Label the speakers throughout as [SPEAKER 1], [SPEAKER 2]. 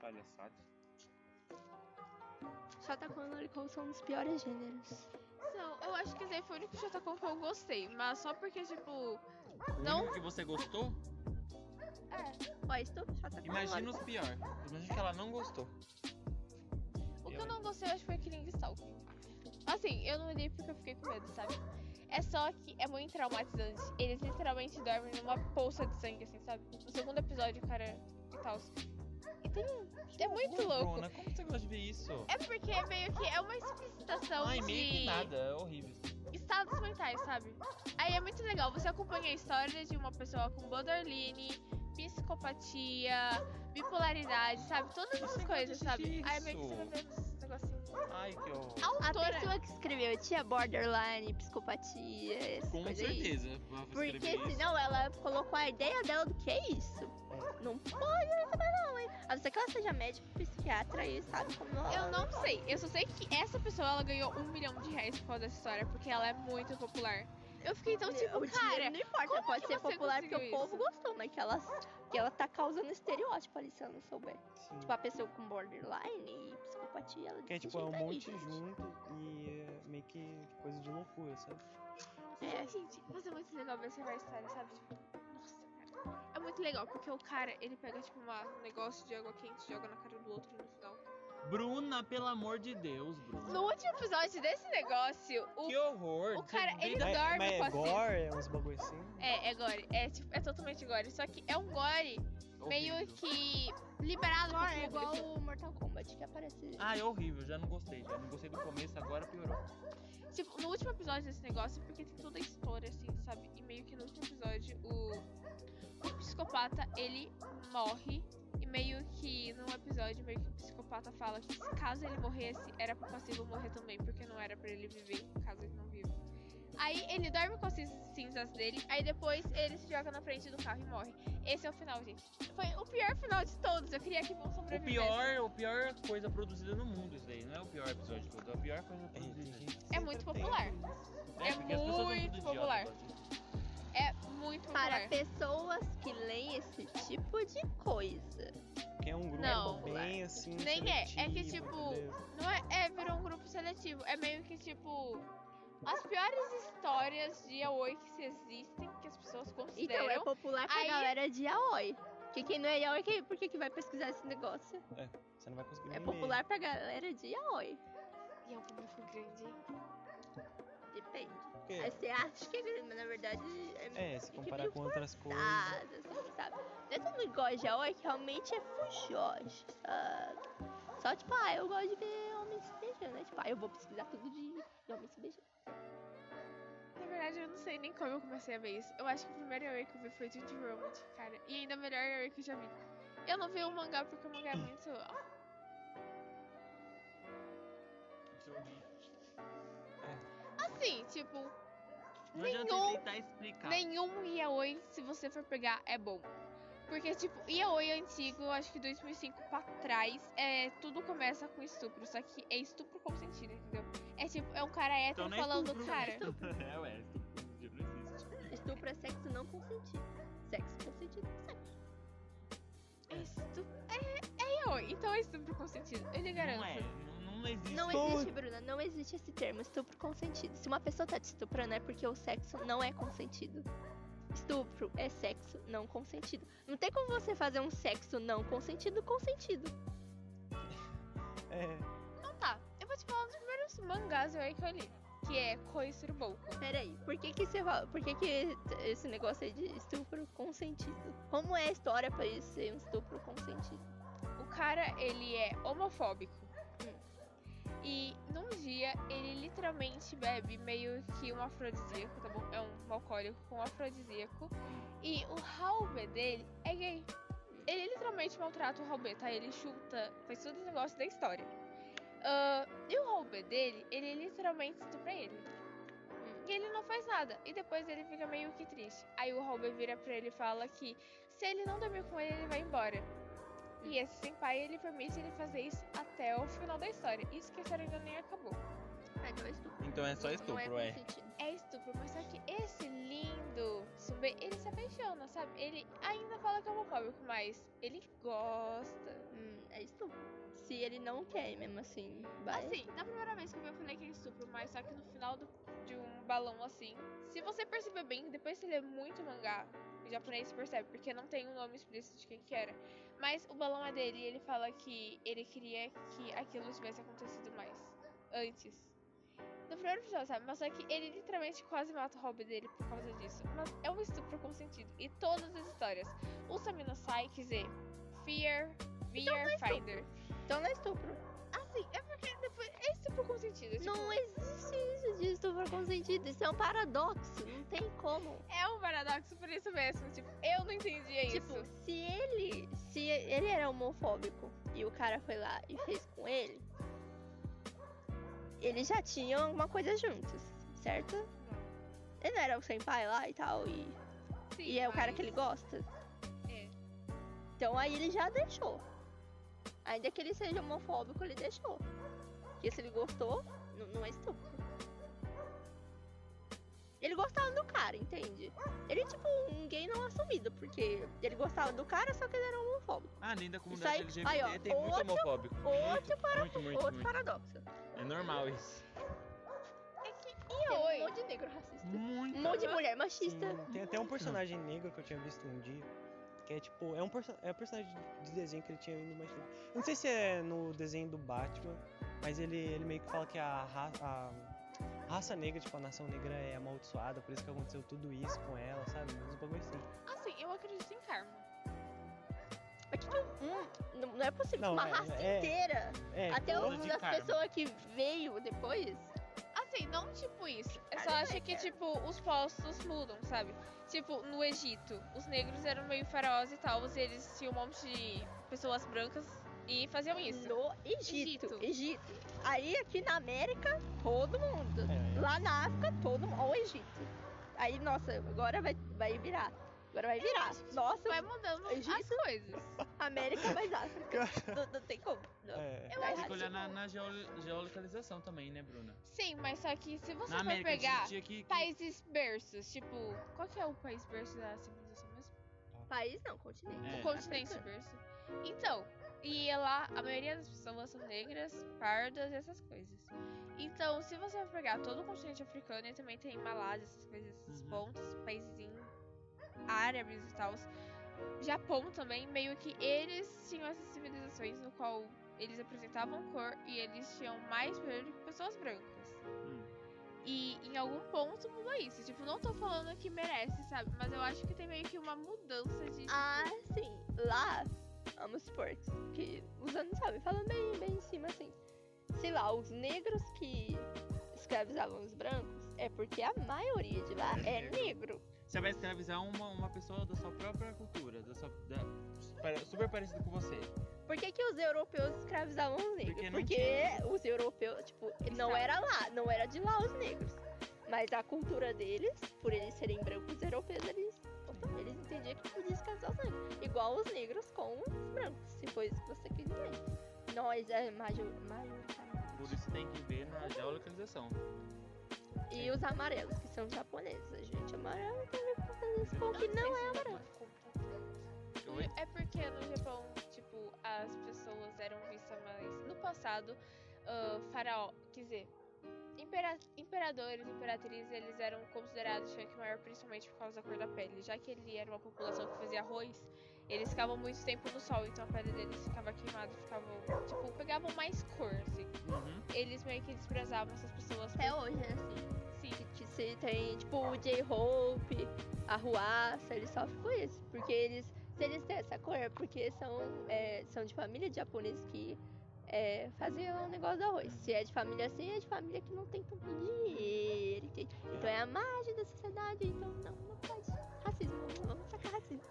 [SPEAKER 1] palhaçada.
[SPEAKER 2] Shotacon e Lolicon são um dos piores gêneros.
[SPEAKER 3] Não, eu acho que esse aí foi o único Shotacon que eu gostei. Mas só porque, tipo.
[SPEAKER 1] O
[SPEAKER 3] Não.
[SPEAKER 1] único que você gostou?
[SPEAKER 2] Ó, estou Shotacon
[SPEAKER 1] Imagina os pior. Imagina que ela não gostou.
[SPEAKER 3] O que eu não gostei, eu acho que foi aquele Stalking. Assim, eu não olhei porque eu fiquei com medo, sabe? É só que é muito traumatizante. Eles literalmente dormem numa poça de sangue, assim, sabe? No segundo episódio, o cara e tal. E tem um. É muito
[SPEAKER 1] Ô,
[SPEAKER 3] louco.
[SPEAKER 1] Bruna, como você gosta de ver isso?
[SPEAKER 3] É porque é meio que é uma explicitação
[SPEAKER 1] Ai,
[SPEAKER 3] de
[SPEAKER 1] meio que nada, é horrível.
[SPEAKER 3] estados mentais, sabe? Aí é muito legal, você acompanha a história de uma pessoa com borderline, psicopatia, bipolaridade, sabe? Todas
[SPEAKER 1] Você
[SPEAKER 3] essas
[SPEAKER 1] gosta
[SPEAKER 3] coisas,
[SPEAKER 1] de
[SPEAKER 3] sabe?
[SPEAKER 1] assistir
[SPEAKER 3] Aí meio que você vai
[SPEAKER 1] isso?
[SPEAKER 3] vendo esses negocinhos.
[SPEAKER 1] Ai, que horror.
[SPEAKER 3] A
[SPEAKER 2] A
[SPEAKER 3] autora...
[SPEAKER 2] pessoa que escreveu tinha borderline, psicopatia, essas
[SPEAKER 1] Com
[SPEAKER 2] coisas aí.
[SPEAKER 1] certeza.
[SPEAKER 2] Porque senão ela colocou a ideia dela do que é isso. Não pode acabar não, hein? A não ser que ela seja médico, psiquiatra e sabe como ela...
[SPEAKER 3] Eu não sei, eu só sei que essa pessoa ela ganhou um milhão de reais por causa dessa história, porque ela é muito popular. Eu fiquei tão tipo,
[SPEAKER 2] o dinheiro
[SPEAKER 3] cara,
[SPEAKER 2] não importa,
[SPEAKER 3] como
[SPEAKER 2] pode
[SPEAKER 3] que
[SPEAKER 2] ser
[SPEAKER 3] você
[SPEAKER 2] popular porque o
[SPEAKER 3] conseguiu
[SPEAKER 2] povo
[SPEAKER 3] isso?
[SPEAKER 2] gostou, mas que ela, que ela tá causando estereótipo ali, se ela não souber. Tipo, a pessoa com borderline e psicopatia, ela
[SPEAKER 4] Que é
[SPEAKER 2] desse
[SPEAKER 4] tipo, é um
[SPEAKER 3] tá
[SPEAKER 2] jeito aí,
[SPEAKER 4] monte
[SPEAKER 2] gente.
[SPEAKER 4] junto e é meio que coisa de loucura, sabe?
[SPEAKER 3] É, gente, mas é muito legal ver essa história, sabe? Tipo, nossa, cara. É muito legal, porque o cara, ele pega, tipo, uma- um negócio de água quente e joga na cara do outro no final.
[SPEAKER 1] Bruna, pelo amor de Deus, Bruna.
[SPEAKER 3] No último episódio desse negócio, o...
[SPEAKER 1] Que horror.
[SPEAKER 3] o cara,
[SPEAKER 1] Você
[SPEAKER 3] ele
[SPEAKER 1] vem
[SPEAKER 3] dá- dorme
[SPEAKER 4] mas
[SPEAKER 3] com
[SPEAKER 4] é
[SPEAKER 3] a Cis.
[SPEAKER 4] gore, é uns bagulho assim.
[SPEAKER 3] É, é gore. É, tipo, é totalmente gore. Só que é um gore
[SPEAKER 1] da-
[SPEAKER 3] meio
[SPEAKER 1] horrível.
[SPEAKER 3] que liberado pro
[SPEAKER 2] É
[SPEAKER 3] público.
[SPEAKER 2] igual o Mortal Kombat que aparece.
[SPEAKER 1] Ah, é horrível, já não gostei. Já não gostei do começo, agora piorou.
[SPEAKER 3] Tipo, no último episódio desse negócio, porque tem toda a história, assim, sabe? E meio que no último episódio, o, o psicopata, ele morre. E meio que num episódio, meio que o psicopata fala que se caso ele morresse, era pro passivo morrer também, porque não era pra ele viver, caso ele não viva. Aí ele dorme com as cin- cinzas dele, aí depois ele se joga na frente do carro e morre. Esse é o final, gente. Foi o pior final de todos, eu queria que vão
[SPEAKER 1] O
[SPEAKER 3] sobreviver.
[SPEAKER 1] pior, o pior coisa produzida no mundo isso daí. Não é o pior episódio todo, é a pior coisa produzida.
[SPEAKER 3] É muito popular.
[SPEAKER 1] É,
[SPEAKER 3] É
[SPEAKER 1] porque as pessoas são tudo
[SPEAKER 3] muito
[SPEAKER 1] idiota
[SPEAKER 3] popular.
[SPEAKER 1] agora.
[SPEAKER 3] É muito
[SPEAKER 2] Para
[SPEAKER 3] popular.
[SPEAKER 2] pessoas que leem esse tipo de coisa.
[SPEAKER 4] Que é um grupo
[SPEAKER 3] Não,
[SPEAKER 4] bem assim.
[SPEAKER 3] nem é, é que,
[SPEAKER 4] seletivo,
[SPEAKER 3] tipo,
[SPEAKER 4] entendeu?
[SPEAKER 3] Não é, é, virou um grupo seletivo. É meio que tipo. As piores histórias de Aoi que se existem, que as pessoas
[SPEAKER 2] Então é
[SPEAKER 3] consideram.
[SPEAKER 2] popular pra
[SPEAKER 3] Aí-
[SPEAKER 2] galera de Aoi. Porque quem não é Yaoi, quem- por que, que vai pesquisar esse negócio?
[SPEAKER 4] Você não vai conseguir
[SPEAKER 2] É
[SPEAKER 4] nem
[SPEAKER 2] popular pra galera de Aoi.
[SPEAKER 3] E é um público grande.
[SPEAKER 2] Depende.
[SPEAKER 4] ler, porque-
[SPEAKER 2] Aí você acha que é grande, mas na verdade é.
[SPEAKER 4] É, se
[SPEAKER 2] fica
[SPEAKER 4] comparar
[SPEAKER 2] meio
[SPEAKER 4] com outras coisas.
[SPEAKER 2] forçado, assim, sabe? Não é todo mundo que gosta de Aoi que realmente é fujote, sabe? Só tipo, ah, eu gosto de ver homens se beijando, né? Tipo, ah, eu vou pesquisar tudo de, de homens se beijando.
[SPEAKER 3] Na verdade, eu não sei nem como eu comecei a ver isso. Eu acho que o primeiro Aoi que eu vi foi de Roland, cara. E ainda melhor Aoi que eu já vi. Eu não vi o mangá porque o mangá é muito. Assim, tipo,
[SPEAKER 1] Não adianta
[SPEAKER 3] Nenhum-
[SPEAKER 1] eu tentar explicar.
[SPEAKER 3] nenhum yaoi, se você for pegar, é bom. Porque, tipo, yaoi antigo, acho que 2005 pra trás, é, tudo começa com estupro. Só que é estupro consentido, entendeu? É tipo, é um cara hétero
[SPEAKER 1] Então não é
[SPEAKER 3] falando,
[SPEAKER 1] estupro,
[SPEAKER 3] cara...
[SPEAKER 1] É, ué, estupro não existe.
[SPEAKER 2] Estupro é sexo não consentido. Sexo consentido é sexo.
[SPEAKER 3] É estupro... É, é yaoi, então é estupro consentido, eu lhe garanto.
[SPEAKER 1] Não é, não, não existe.
[SPEAKER 2] Não
[SPEAKER 4] Estou-
[SPEAKER 2] existe, Bruna, não existe esse termo, estupro consentido. Se uma pessoa tá te estuprando é porque o sexo não é consentido. Estupro é sexo não consentido. Não tem como você fazer um sexo não consentido consentido.
[SPEAKER 4] É,
[SPEAKER 3] Então tá, eu vou te falar dos primeiros mangás yaoi que eu li. Que é Koisuru Boku.
[SPEAKER 2] Peraí, por que que você fala, por que que esse negócio aí de estupro consentido? Como é a história pra isso ser um estupro consentido?
[SPEAKER 3] O cara, ele é homofóbico. E num dia ele literalmente bebe meio que um afrodisíaco, tá bom? É um alcoólico com um afrodisíaco. E o Halbe dele é gay. Ele literalmente maltrata o Halbe, tá? Ele chuta, faz todo o negócio da história. Ah, e o Halbe dele, ele literalmente estupra ele. E ele não faz nada. E depois ele fica meio que triste. Aí o Halbe vira pra ele e fala que se ele não dormir com ele, ele vai embora. E esse senpai, ele permite ele fazer isso até o final da história. Isso que a história ainda nem acabou.
[SPEAKER 2] Ah, então é estupro.
[SPEAKER 1] Então é só
[SPEAKER 2] Não-
[SPEAKER 1] estupro,
[SPEAKER 2] não é.
[SPEAKER 1] é.
[SPEAKER 2] consentido.
[SPEAKER 3] É estupro, mas só que esse lindo Sumbe, ele se apaixona, sabe? Ele ainda fala que é homofóbico, mas ele gosta.
[SPEAKER 2] Hum, é estupro. Se ele não quer mesmo assim, vai.
[SPEAKER 3] Assim, na primeira vez que eu vi, eu falei que é estupro, mas só que no final do- de um balão assim. Se você perceber bem, depois você lê muito mangá, o japonês percebe, porque não tem um nome explícito de quem que era. Mas o balão é dele e ele fala que ele queria que aquilo tivesse acontecido mais. Antes. No primeiro episódio, sabe? Mas só que ele literalmente quase mata o hobby dele por causa disso. Mas é um estupro consentido. E todas as histórias. O Samina Sai, quer dizer, Fear, Fear Finder.
[SPEAKER 2] Então não é estupro.
[SPEAKER 3] Assim, é porque depois. É estupro consentido. Tipo,
[SPEAKER 2] Não existe isso de estupro consentido. Isso é um paradoxo. Não tem como.
[SPEAKER 3] é um paradoxo por isso mesmo. Tipo, eu não entendia
[SPEAKER 2] Tipo,
[SPEAKER 3] isso.
[SPEAKER 2] se ele. Se ele era homofóbico e o cara foi lá e fez com ele, eles já tinham alguma coisa juntos, certo? Ele não era o senpai lá e tal, e,
[SPEAKER 3] Sim,
[SPEAKER 2] e é o cara
[SPEAKER 3] mas-
[SPEAKER 2] que ele gosta.
[SPEAKER 3] É.
[SPEAKER 2] Então aí ele já deixou. Ainda que ele seja homofóbico, ele deixou. Porque se ele gostou, n- não é estupro. Ele gostava do cara, entende? Ele é tipo um gay não assumido, porque ele gostava do cara, só que ele era homofóbico.
[SPEAKER 1] Ah, dentro da comunidade
[SPEAKER 2] Isso
[SPEAKER 1] LGBT
[SPEAKER 2] aí- aí, ó,
[SPEAKER 1] tem muito
[SPEAKER 2] outro-
[SPEAKER 1] homofóbico.
[SPEAKER 2] outro
[SPEAKER 1] muito, muito, muito,
[SPEAKER 2] tipo, Outro
[SPEAKER 1] muito.
[SPEAKER 2] paradoxo.
[SPEAKER 1] É normal isso.
[SPEAKER 3] E
[SPEAKER 2] Tem
[SPEAKER 3] oi?
[SPEAKER 2] um monte de negro racista.
[SPEAKER 1] Muito.
[SPEAKER 2] Um monte de mulher machista.
[SPEAKER 4] Sim, tem até um personagem negro que eu tinha visto um dia. Que é tipo, é um, perso- é um personagem de desenho que ele tinha vindo mais tempo. Eu Não sei se é no desenho do Batman, mas ele, ele meio que fala que a, ra- a raça negra, tipo, a nação negra é amaldiçoada, por isso que aconteceu tudo isso com ela, sabe? Uns bagulho assim.
[SPEAKER 3] Assim, eu acredito em karma.
[SPEAKER 2] Mas que que um- não, não é possível.
[SPEAKER 4] Não,
[SPEAKER 2] uma
[SPEAKER 4] é-
[SPEAKER 2] raça
[SPEAKER 4] é-
[SPEAKER 2] inteira.
[SPEAKER 4] É,
[SPEAKER 2] até
[SPEAKER 1] porra
[SPEAKER 2] o
[SPEAKER 1] de
[SPEAKER 2] das
[SPEAKER 1] karma.
[SPEAKER 2] pessoas que veio depois.
[SPEAKER 3] Assim, não tipo isso. Eu só
[SPEAKER 2] é Karma,
[SPEAKER 3] acho que,
[SPEAKER 2] cara.
[SPEAKER 3] tipo, os postos mudam, sabe? Tipo, no Egito, os negros eram meio ferozes e tal, e eles tinham um monte de pessoas brancas e faziam Então, isso.
[SPEAKER 2] No Egito.
[SPEAKER 3] Egito.
[SPEAKER 2] Egito. Aí aqui na América, todo mundo.
[SPEAKER 4] é,
[SPEAKER 2] Lá na África, todo mundo. Ó, o Egito. Aí, nossa, agora vai, vai virar. Agora vai virar. Nossa,
[SPEAKER 3] Vai mudando as
[SPEAKER 2] Egito?
[SPEAKER 3] coisas.
[SPEAKER 2] América mais África. não, não tem como. Não. Tá
[SPEAKER 4] é.
[SPEAKER 3] Eu tipo,
[SPEAKER 1] Tem
[SPEAKER 2] errado.
[SPEAKER 1] que olhar na, na geol- geolocalização também, né, Bruna?
[SPEAKER 3] Sim, mas só que se você
[SPEAKER 1] na
[SPEAKER 3] for
[SPEAKER 1] América
[SPEAKER 3] pegar
[SPEAKER 1] tinha que.
[SPEAKER 2] Tá
[SPEAKER 3] países berços, tipo, qual que é o país berço da civilização mesmo?
[SPEAKER 2] País não, continente.
[SPEAKER 1] É.
[SPEAKER 3] o continente
[SPEAKER 2] Africano.
[SPEAKER 3] berço. Então, e lá a maioria das pessoas são negras, pardas e essas coisas. Então, se você for pegar todo o continente africano, e também tem Malásia, essas coisas, esses
[SPEAKER 1] Uhum.
[SPEAKER 3] pontos, países árabes e tal. Japão também, meio que eles tinham essas civilizações no qual eles apresentavam cor e eles tinham mais poder do que pessoas brancas.
[SPEAKER 1] Hum.
[SPEAKER 3] E em algum ponto mudou isso. Tipo, não tô falando que merece, sabe? Mas eu acho que tem meio que uma mudança de.
[SPEAKER 2] Ah, sim. Lá, vamos supor que os anos, sabe, falando bem, bem em cima assim. Sei lá, os negros que escravizavam os brancos é porque a maioria de lá é negro.
[SPEAKER 1] Você vai escravizar uma, uma pessoa da sua própria cultura, da sua. Da, pare- super parecido com você.
[SPEAKER 2] Por que, que os europeus escravizavam os negros?
[SPEAKER 1] Porque
[SPEAKER 2] Porque,
[SPEAKER 1] não tinha.
[SPEAKER 2] os europeus, tipo, não
[SPEAKER 3] Escravo.
[SPEAKER 2] era lá, não era de lá os negros. Mas a cultura deles, por eles serem brancos europeus, eles, opa, eles entendiam que podia escravizar os negros. Igual os negros com os brancos, se foi isso que você quis dizer. Nós, é major, majoritariamente.
[SPEAKER 1] Por isso tem que ver na geolocalização.
[SPEAKER 2] E os amarelos, que são japoneses. A gente é amarelo tá tem a ver com japonês, com o que não.
[SPEAKER 3] é
[SPEAKER 1] Oi?
[SPEAKER 3] É porque no Japão, tipo, as pessoas eram vistas mais. No passado, ah, faraó, quer dizer, impera- imperadores, imperatrizes, eles eram considerados chefe maior principalmente por causa da cor da pele. Já que ele era uma população que fazia arroz, eles ficavam muito tempo no sol, então a pele deles ficava queimada, ficavam, tipo, pegavam mais cor, assim.
[SPEAKER 1] Uhum.
[SPEAKER 3] Eles meio que desprezavam essas pessoas.
[SPEAKER 2] Até
[SPEAKER 3] por-
[SPEAKER 2] hoje é assim.
[SPEAKER 3] Sim.
[SPEAKER 2] Que, que se tem, tipo, o J-Hope, a Ruaça, eles sofrem com isso. Porque eles, se eles têm essa cor, é porque são, é, são de família de japoneses que é, faziam o negócio do arroz. Se é de família assim, é de família que não tem tanto dinheiro, entende? Então é a margem da sociedade, então não, não pode. Racismo, não vamos sacar racismo.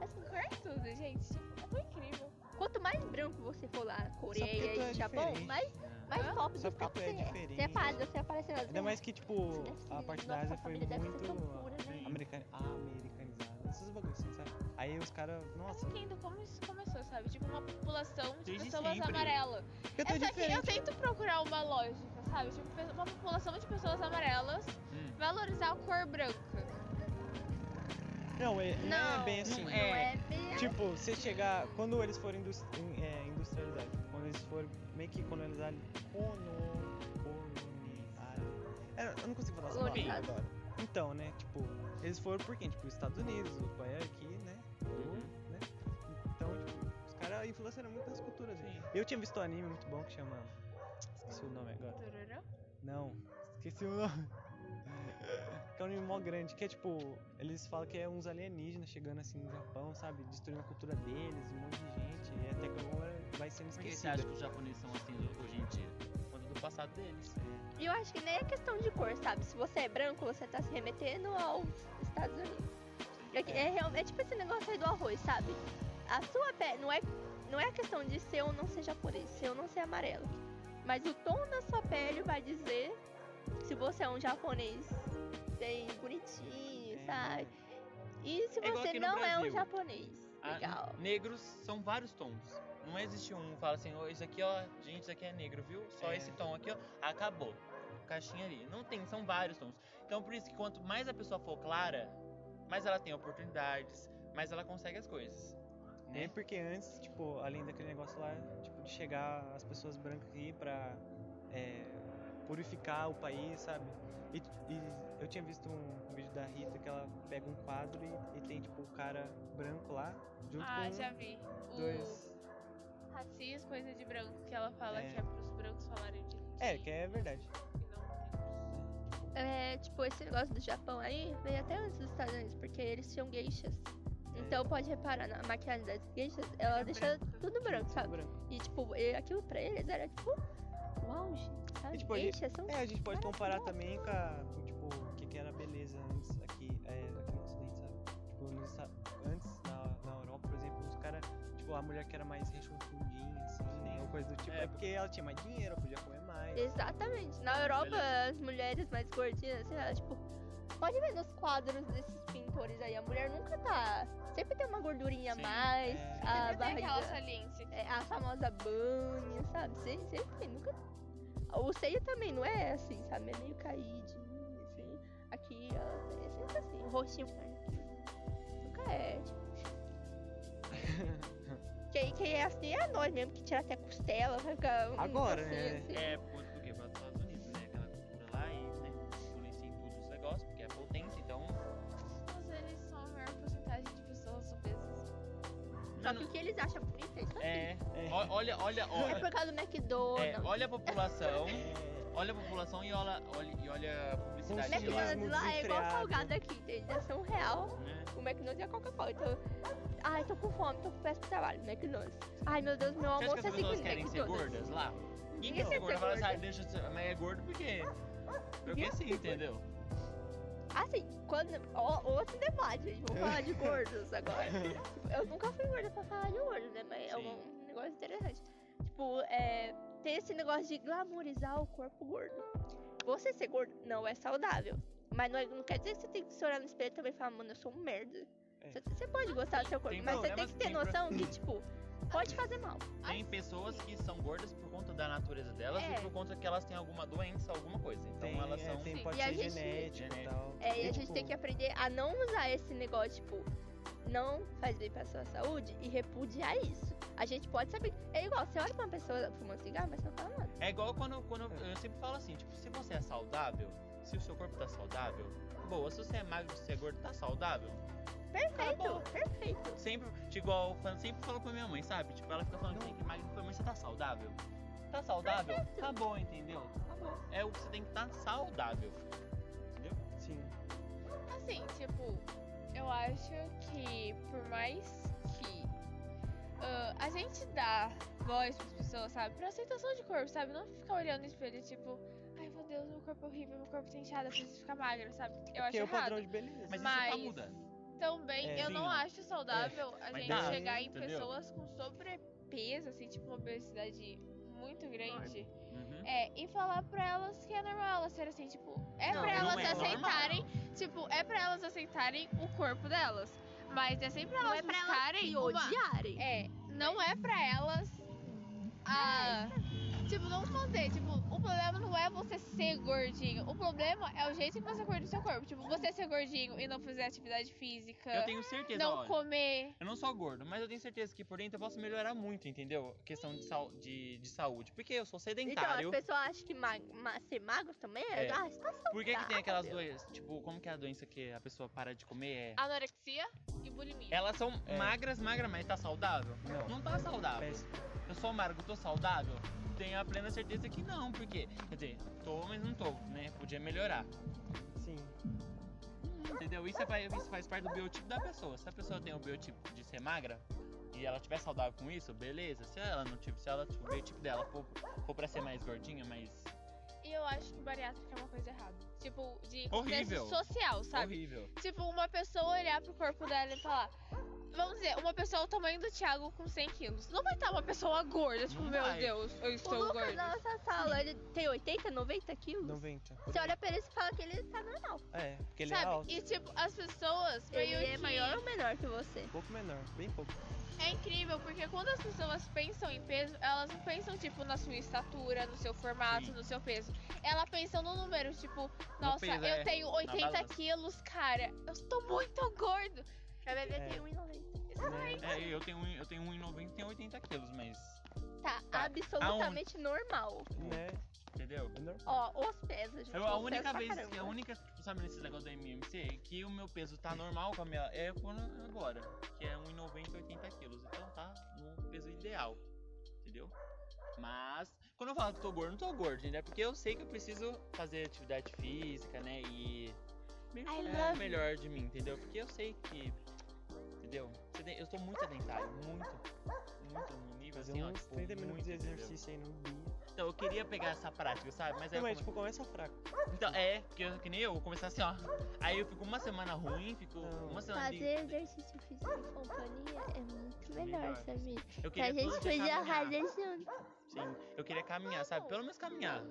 [SPEAKER 2] Assim,
[SPEAKER 3] Cor é tudo, gente. Tipo, é tão incrível.
[SPEAKER 2] quanto mais branco você for lá,
[SPEAKER 4] porque tu
[SPEAKER 2] Coreia
[SPEAKER 4] é
[SPEAKER 2] e Japão,
[SPEAKER 4] diferente.
[SPEAKER 2] mais,
[SPEAKER 1] É.
[SPEAKER 2] mais
[SPEAKER 3] Hã?
[SPEAKER 2] top
[SPEAKER 4] Só
[SPEAKER 2] dos
[SPEAKER 4] porque
[SPEAKER 2] top
[SPEAKER 4] tu
[SPEAKER 2] você
[SPEAKER 4] é
[SPEAKER 2] é. Você é
[SPEAKER 4] diferente.
[SPEAKER 2] fácil, você aparece nas
[SPEAKER 4] Ainda mais que, tipo,
[SPEAKER 2] Isso deve
[SPEAKER 4] a
[SPEAKER 2] ser-
[SPEAKER 4] parte da
[SPEAKER 2] nossa,
[SPEAKER 4] Ásia
[SPEAKER 2] sua
[SPEAKER 4] foi
[SPEAKER 2] família deve ser
[SPEAKER 4] muito
[SPEAKER 2] tão pura, né?
[SPEAKER 4] americani- americanizada. Esses bagulhos assim, sabe? Aí os caras,
[SPEAKER 3] Eu
[SPEAKER 4] nossa,
[SPEAKER 3] não entendo como isso começou, sabe? Tipo, uma população de
[SPEAKER 1] Desde
[SPEAKER 3] pessoas
[SPEAKER 1] sempre.
[SPEAKER 3] amarelas.
[SPEAKER 4] eu tô
[SPEAKER 3] É só que eu
[SPEAKER 4] diferente.
[SPEAKER 3] tento procurar uma lógica, sabe? Tipo, pe- uma população de pessoas amarelas
[SPEAKER 1] Hum.
[SPEAKER 3] valorizar a cor branca.
[SPEAKER 4] Não, é, não é
[SPEAKER 2] Não,
[SPEAKER 4] bem
[SPEAKER 2] não
[SPEAKER 4] assim.
[SPEAKER 1] é.
[SPEAKER 2] bem-
[SPEAKER 4] Tipo, você chegar. Quando eles forem indus- in- é, industrializados, quando eles forem meio que colonizar. Cono, colonizar. É, eu não consigo falar essa palavra
[SPEAKER 2] Colonizados.
[SPEAKER 4] agora. Então, né? Tipo, eles foram por quem? Tipo, os Estados Unidos, o pai é aqui, né?
[SPEAKER 2] Uhum.
[SPEAKER 4] Do, né? Então, tipo, os caras influenciaram muito nas culturas. né?
[SPEAKER 1] Sim.
[SPEAKER 4] Eu tinha visto um anime muito bom que chama. Esqueci o nome agora.
[SPEAKER 3] Tururu.
[SPEAKER 4] Não, esqueci o nome. Que é um anime mó grande, que é tipo. Eles falam que é uns alienígenas chegando assim no Japão, sabe? Destruindo a cultura deles, um monte de gente. E até que agora vai sendo
[SPEAKER 1] Por que você acha
[SPEAKER 4] esquecida.
[SPEAKER 1] que os japoneses são assim hoje em dia? Por Conta do passado deles.
[SPEAKER 2] E eu acho que nem é questão de cor, sabe? Se você é branco, você tá se remetendo aos Estados Unidos. É, que- é realmente é tipo esse negócio aí do arroz, sabe? A sua pele não é, não é questão de ser ou não ser japonês, ser ou não ser amarelo. Mas o tom da sua pele vai dizer se você é um japonês bem bonitinho, sabe? E se
[SPEAKER 1] É igual
[SPEAKER 2] você
[SPEAKER 1] aqui no
[SPEAKER 2] não é um
[SPEAKER 1] Brasil.
[SPEAKER 2] japonês.
[SPEAKER 1] Ah,
[SPEAKER 2] Legal.
[SPEAKER 1] negros são vários tons. Não existe um fala assim, "Ô, esse aqui, ó, gente, isso aqui é negro, viu? Só
[SPEAKER 4] É.
[SPEAKER 1] esse tom aqui, ó, acabou. Caixinha ali. Não tem, são vários tons. Então por isso que quanto mais a pessoa for clara, mais ela tem oportunidades, mais ela consegue as coisas.
[SPEAKER 4] Nem É, porque antes, tipo, além daquele negócio lá, tipo, de chegar as pessoas brancas aqui pra é, purificar o país, sabe? E, e eu tinha visto um vídeo da Rita que ela pega um quadro e, e tem, tipo, o cara branco lá, junto
[SPEAKER 3] Ah,
[SPEAKER 4] com
[SPEAKER 3] já vi. O
[SPEAKER 4] dois.
[SPEAKER 3] racismo, coisa de branco, que ela fala
[SPEAKER 4] É.
[SPEAKER 3] que é pros brancos falarem de
[SPEAKER 4] É, que é verdade.
[SPEAKER 2] É, tipo, esse negócio do Japão aí veio até antes dos Estados Unidos, porque eles tinham geixas. Então pode reparar, na maquiagem das geixas, ela
[SPEAKER 3] Era
[SPEAKER 2] deixa
[SPEAKER 3] branca.
[SPEAKER 2] tudo branco, sabe?
[SPEAKER 4] É. branco.
[SPEAKER 2] E tipo, e aquilo pra eles era tipo, uau, gente, sabe?
[SPEAKER 4] E, tipo, a gente-
[SPEAKER 2] geixas são...
[SPEAKER 4] É, a gente pode comparar também com, a, com, tipo, o que, que era a beleza antes aqui, é, aqui no Ocidente, sabe? Tipo, nos Esta- antes, na, na Europa, por exemplo, os caras, tipo, a mulher que era mais rechonchudinha, assim, ou coisa do tipo,
[SPEAKER 1] É.
[SPEAKER 4] é porque ela tinha mais dinheiro, ela podia comer mais.
[SPEAKER 2] É Exatamente. Na Europa, as mulheres mais gordinhas, assim, elas, tipo, pode ver nos quadros desses pintores aí, a mulher nunca tá... Sempre tem uma gordurinha a
[SPEAKER 1] Sim,
[SPEAKER 2] mais,
[SPEAKER 4] é.
[SPEAKER 2] a
[SPEAKER 3] Sempre tem aquela
[SPEAKER 2] barriga...
[SPEAKER 3] saliência que
[SPEAKER 2] É, a famosa banha, sabe? Sempre, sempre tem, nunca. O seio também não é assim, sabe? É meio caído, assim. Aqui, ó, é sempre assim, o rostinho pra aqui. Nunca é, tipo. quem, quem é assim é nós mesmo, que tira até costela, vai ficar. um
[SPEAKER 4] Agora,
[SPEAKER 2] negocinho
[SPEAKER 4] né?
[SPEAKER 2] assim.
[SPEAKER 1] É, por, por quê? Para os Estados Unidos, né? Aquela cultura lá e, né? Influencia em todos os negócios, porque é potência, então.
[SPEAKER 3] todos eles são a maior porcentagem de pessoas obesas.
[SPEAKER 2] Só
[SPEAKER 1] Não,
[SPEAKER 2] que
[SPEAKER 1] não-
[SPEAKER 2] o que eles acham bonito é isso aqui.
[SPEAKER 1] é.
[SPEAKER 4] É.
[SPEAKER 1] ó- Olha, olha,
[SPEAKER 2] É
[SPEAKER 1] olha.
[SPEAKER 2] por causa do
[SPEAKER 1] é,
[SPEAKER 2] McDonald's.
[SPEAKER 1] olha a população.
[SPEAKER 4] É,
[SPEAKER 1] Olha a população e olha, olha, e olha a publicidade de lá.
[SPEAKER 2] McDonald's lá é igual
[SPEAKER 4] desenfreado.
[SPEAKER 2] salgado aqui, entende? É são real.
[SPEAKER 1] Né?
[SPEAKER 2] O McDonald's é a Coca-Cola. Então, ai, tô com fome, tô com péssimo trabalho. McDonald's. Ai, meu Deus, meu
[SPEAKER 1] Você acha
[SPEAKER 2] almoço
[SPEAKER 1] que
[SPEAKER 2] é
[SPEAKER 1] as pessoas
[SPEAKER 2] 5
[SPEAKER 1] querem ser gordas
[SPEAKER 2] McDonald's.
[SPEAKER 1] lá? Ninguém quer
[SPEAKER 2] quer
[SPEAKER 1] ser gorda.
[SPEAKER 2] ser
[SPEAKER 1] Fala assim,
[SPEAKER 2] gorda.
[SPEAKER 1] ah, deixa eu ser, mas é gordo porque... Porque
[SPEAKER 2] Ninguém
[SPEAKER 1] assim, entendeu?
[SPEAKER 2] Assim, quando. Ó, outro debate, gente. Vamos falar de gordos agora. Eu nunca fui gorda pra falar de gordo, né? Mas é
[SPEAKER 1] Sim.
[SPEAKER 2] um negócio interessante. Tipo, é. Tem esse negócio de glamorizar o corpo gordo. Você ser gordo não é saudável. Mas não, é- não quer dizer que você tem que se olhar no espelho e também falar, mano, eu sou um merda.
[SPEAKER 4] É.
[SPEAKER 2] Você, você pode gostar do seu corpo,
[SPEAKER 1] Tem
[SPEAKER 2] mas você tem
[SPEAKER 1] problemas,
[SPEAKER 2] que ter
[SPEAKER 1] tem pro-
[SPEAKER 2] noção que, tipo, pode fazer mal.
[SPEAKER 1] Tem pessoas que são gordas por conta da natureza delas
[SPEAKER 2] É.
[SPEAKER 1] e por conta que elas têm alguma doença, alguma coisa. Então
[SPEAKER 4] tem,
[SPEAKER 1] elas
[SPEAKER 4] é,
[SPEAKER 1] são...
[SPEAKER 4] tem,
[SPEAKER 3] Sim.
[SPEAKER 4] pode
[SPEAKER 2] E a
[SPEAKER 4] ser
[SPEAKER 2] gente-
[SPEAKER 4] genético e
[SPEAKER 1] Genético.
[SPEAKER 4] tal.
[SPEAKER 2] É, e a
[SPEAKER 4] E,
[SPEAKER 2] gente tem
[SPEAKER 4] tipo,
[SPEAKER 2] que aprender a não usar esse negócio, tipo, não faz bem pra sua saúde e repudiar isso. A gente pode saber. É igual, você olha pra uma pessoa fumando cigarro, mas você não fala nada.
[SPEAKER 1] É igual quando, quando eu- eu sempre falo assim, tipo, se você é saudável, se o seu corpo tá saudável, boa. Se você é magro, se você é gordo, tá saudável.
[SPEAKER 2] Perfeito,
[SPEAKER 1] Acabou.
[SPEAKER 2] perfeito.
[SPEAKER 1] Sempre, tipo, igual, eu sempre falo pra minha mãe, sabe? Tipo, ela fica falando que tem que emagrecer, mas você tá saudável? Tá saudável? Tá bom, entendeu? Tá bom. É o que você tem que estar saudável. Entendeu?
[SPEAKER 4] Sim.
[SPEAKER 3] Assim, tipo, eu acho que por mais que ah, a gente dá voz pras pessoas, sabe? Pra aceitação de corpo, sabe? Não ficar olhando no espelho, tipo, ai meu Deus, meu corpo é horrível, meu corpo tá inchado, eu preciso ficar magra, sabe? Eu acho
[SPEAKER 4] Porque é o
[SPEAKER 3] errado.
[SPEAKER 4] padrão de beleza.
[SPEAKER 1] Mas, isso tá
[SPEAKER 3] Mas-
[SPEAKER 1] mudando.
[SPEAKER 3] Também
[SPEAKER 4] É,
[SPEAKER 3] eu
[SPEAKER 1] sim,
[SPEAKER 3] não
[SPEAKER 1] não.
[SPEAKER 3] acho saudável a
[SPEAKER 1] mas
[SPEAKER 3] gente
[SPEAKER 1] dá,
[SPEAKER 3] chegar em
[SPEAKER 1] entendeu?
[SPEAKER 3] pessoas com sobrepeso, assim, tipo uma obesidade muito grande.
[SPEAKER 1] Uhum.
[SPEAKER 3] É, e falar pra elas que é normal elas serem assim, tipo, é
[SPEAKER 1] Não,
[SPEAKER 3] pra
[SPEAKER 1] não
[SPEAKER 3] elas
[SPEAKER 1] é normal.
[SPEAKER 3] aceitarem, tipo, é pra elas aceitarem o corpo delas. Mas é sempre
[SPEAKER 2] Não
[SPEAKER 3] elas
[SPEAKER 2] é pra elas
[SPEAKER 3] buscarem
[SPEAKER 2] se
[SPEAKER 3] uma.
[SPEAKER 2] odiarem. Ah.
[SPEAKER 3] É, não é pra elas a. Tipo, não fazer, tipo, o o problema não é você ser gordinho. O problema é o jeito que você cuida do seu corpo. Tipo, você ser gordinho e não fazer atividade
[SPEAKER 2] É,
[SPEAKER 3] física,
[SPEAKER 1] Eu tenho É. certeza,
[SPEAKER 3] não
[SPEAKER 1] olha.
[SPEAKER 3] comer.
[SPEAKER 1] Eu não sou gordo, mas eu tenho certeza que por dentro eu posso melhorar muito, entendeu? Questão de, sau- de, de saúde. Porque eu sou
[SPEAKER 2] Então, as
[SPEAKER 1] sedentário.
[SPEAKER 2] pessoas acham que ma- ma- ser magro também é.
[SPEAKER 1] É.
[SPEAKER 2] Ah, você tá saudável.
[SPEAKER 1] por que, que tem aquelas doenças? Tipo, como que é a doença que a pessoa para de comer? É...
[SPEAKER 3] Anorexia e bulimia.
[SPEAKER 1] Elas são
[SPEAKER 4] É.
[SPEAKER 1] magras, magras, mas tá saudável?
[SPEAKER 4] Não. é,
[SPEAKER 1] Não tá saudável.
[SPEAKER 4] Péssimo.
[SPEAKER 1] Eu sou magro, tô saudável? Tenho a plena certeza que não, porque, quer dizer, tô, mas não tô, né? Podia melhorar.
[SPEAKER 4] Sim.
[SPEAKER 1] Entendeu? Isso, é, fa- isso faz parte do biotipo da pessoa. Se a pessoa tem o biotipo de ser magra e ela tiver saudável com isso, beleza. Se ela não tiver, se ela, tipo, o biotipo dela for, for pra ser mais gordinha, mais
[SPEAKER 3] E eu acho que bariátrica é uma coisa errada. Tipo, de
[SPEAKER 1] Horrível.
[SPEAKER 3] contexto social, sabe?
[SPEAKER 1] horrível.
[SPEAKER 3] Tipo, uma pessoa olhar pro corpo dela e falar. Vamos dizer, uma pessoa o tamanho do Thiago com 100 quilos. Não vai estar uma pessoa gorda, tipo,
[SPEAKER 1] Não
[SPEAKER 3] meu
[SPEAKER 1] vai.
[SPEAKER 3] Deus, eu
[SPEAKER 2] O
[SPEAKER 3] estou
[SPEAKER 2] Lucas
[SPEAKER 3] gordo.
[SPEAKER 2] na nossa sala, ele tem 80, 90 quilos?
[SPEAKER 4] 90.
[SPEAKER 2] Você olha pra ele e fala que ele tá normal.
[SPEAKER 4] É, porque ele é alto.
[SPEAKER 3] Sabe? E tipo, as pessoas
[SPEAKER 2] Ele
[SPEAKER 3] meio
[SPEAKER 2] é
[SPEAKER 3] que.
[SPEAKER 2] maior ou menor que você?
[SPEAKER 4] Um pouco menor, bem pouco.
[SPEAKER 3] É incrível, porque quando as pessoas pensam em peso, elas não pensam, tipo, na sua estatura, no seu formato,
[SPEAKER 1] Sim.
[SPEAKER 3] no seu peso. Elas pensam no número, tipo, nossa,
[SPEAKER 1] peso,
[SPEAKER 3] eu
[SPEAKER 1] é,
[SPEAKER 3] tenho 80
[SPEAKER 1] balança.
[SPEAKER 3] quilos, cara. Eu estou muito gordo.
[SPEAKER 2] A bebê
[SPEAKER 4] É.
[SPEAKER 2] tem 1,90.
[SPEAKER 4] Né?
[SPEAKER 1] É, eu tenho, um- eu tenho 1,90 e tenho 80 quilos, mas.
[SPEAKER 2] Tá,
[SPEAKER 1] Tá.
[SPEAKER 2] absolutamente normal.
[SPEAKER 4] Né?
[SPEAKER 1] Entendeu?
[SPEAKER 4] É normal.
[SPEAKER 2] Ó, os pés, gente.
[SPEAKER 1] Eu, É a
[SPEAKER 2] os pés
[SPEAKER 1] única
[SPEAKER 2] pra
[SPEAKER 1] vez,
[SPEAKER 2] caramba.
[SPEAKER 1] a única, tipo, sabe, nesse negócio da MMC, é que o meu peso tá normal com a minha. É quando, agora, que é 1,90 e 80 quilos. Então tá no peso ideal, entendeu? Mas, quando eu falo que tô gordo, não tô gordo, né? Porque eu sei que eu preciso fazer atividade física, né? E. me-
[SPEAKER 2] I
[SPEAKER 1] é,
[SPEAKER 2] love you.
[SPEAKER 1] melhor de mim, entendeu? Porque eu sei que. Entendeu? Seden- Eu tô muito sedentário, muito. Muito no nível
[SPEAKER 4] Fazer
[SPEAKER 1] assim, ó.
[SPEAKER 4] uns
[SPEAKER 1] tipo,
[SPEAKER 4] 30 minutos
[SPEAKER 1] muito,
[SPEAKER 4] de
[SPEAKER 1] entendeu?
[SPEAKER 4] exercício aí no dia.
[SPEAKER 1] Então eu queria pegar essa prática, sabe? Mas é aí eu
[SPEAKER 4] Não, mas
[SPEAKER 1] come-
[SPEAKER 4] tipo, começa fraco.
[SPEAKER 1] então, é, que, eu- que nem eu, vou começar assim, ó. Aí eu fico uma semana ruim, fico
[SPEAKER 4] Não.
[SPEAKER 1] uma semana de-
[SPEAKER 2] Fazer exercício físico em companhia é muito melhor,
[SPEAKER 1] Melhor.
[SPEAKER 2] sabia?
[SPEAKER 1] Eu
[SPEAKER 2] Que a
[SPEAKER 1] queria
[SPEAKER 2] gente
[SPEAKER 1] todo dia
[SPEAKER 2] podia
[SPEAKER 1] caminhar.
[SPEAKER 2] fazer junto.
[SPEAKER 1] Sim, eu queria caminhar, sabe? Pelo menos caminhar.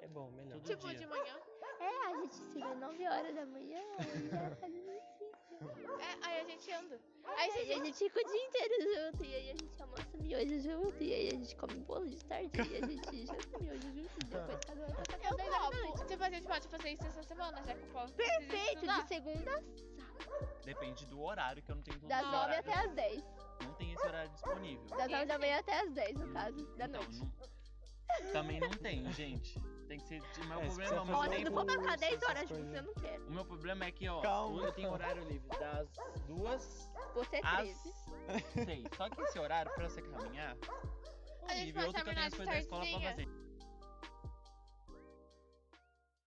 [SPEAKER 4] É bom, melhor.
[SPEAKER 1] Tudo-
[SPEAKER 3] Tipo,
[SPEAKER 1] dia.
[SPEAKER 3] de manhã.
[SPEAKER 2] É, a gente se vê 9 horas da manhã e já tá faz exercício.
[SPEAKER 3] É, aí a gente anda.
[SPEAKER 2] Aí a gente fica o dia inteiro junto, e aí a gente almoça miojo junto, e aí a gente come bolo de tarde, e aí a gente janta miojo junto, e depois cada um vai pra
[SPEAKER 3] Eu
[SPEAKER 2] casa da noite.
[SPEAKER 3] topo. Se você pode fazer isso essa semana, já que eu posso.
[SPEAKER 2] Feito de segunda a sábado,
[SPEAKER 1] Depende do horário, que eu não tenho todo
[SPEAKER 2] das
[SPEAKER 1] esse
[SPEAKER 2] 9
[SPEAKER 1] horário.
[SPEAKER 2] até as 10.
[SPEAKER 1] Não tem esse horário disponível.
[SPEAKER 2] Das 9 da manhã até as 10, no caso, da
[SPEAKER 1] Então,
[SPEAKER 2] noite.
[SPEAKER 1] não- Também não tem, gente. Tem que ser. de- Mas o
[SPEAKER 4] É, se
[SPEAKER 1] problema é o
[SPEAKER 4] quiser
[SPEAKER 1] meu
[SPEAKER 2] Ó,
[SPEAKER 4] fazer
[SPEAKER 2] se
[SPEAKER 1] tempo.
[SPEAKER 2] tu for pra ficar 10
[SPEAKER 4] essas
[SPEAKER 2] horas juntos,
[SPEAKER 4] coisas.
[SPEAKER 2] eu não quero.
[SPEAKER 1] O meu problema é que, ó,
[SPEAKER 4] Calma.
[SPEAKER 1] eu tenho horário livre das duas
[SPEAKER 2] Você é
[SPEAKER 1] às
[SPEAKER 2] 13.
[SPEAKER 1] seis. Só que esse horário pra você
[SPEAKER 3] A
[SPEAKER 1] caminhar.
[SPEAKER 3] gente
[SPEAKER 1] horrível.
[SPEAKER 3] pode
[SPEAKER 1] Outra que eu tenho
[SPEAKER 3] terminar
[SPEAKER 1] as
[SPEAKER 3] de
[SPEAKER 1] coisas da escola pra
[SPEAKER 3] tardinha.
[SPEAKER 1] fazer.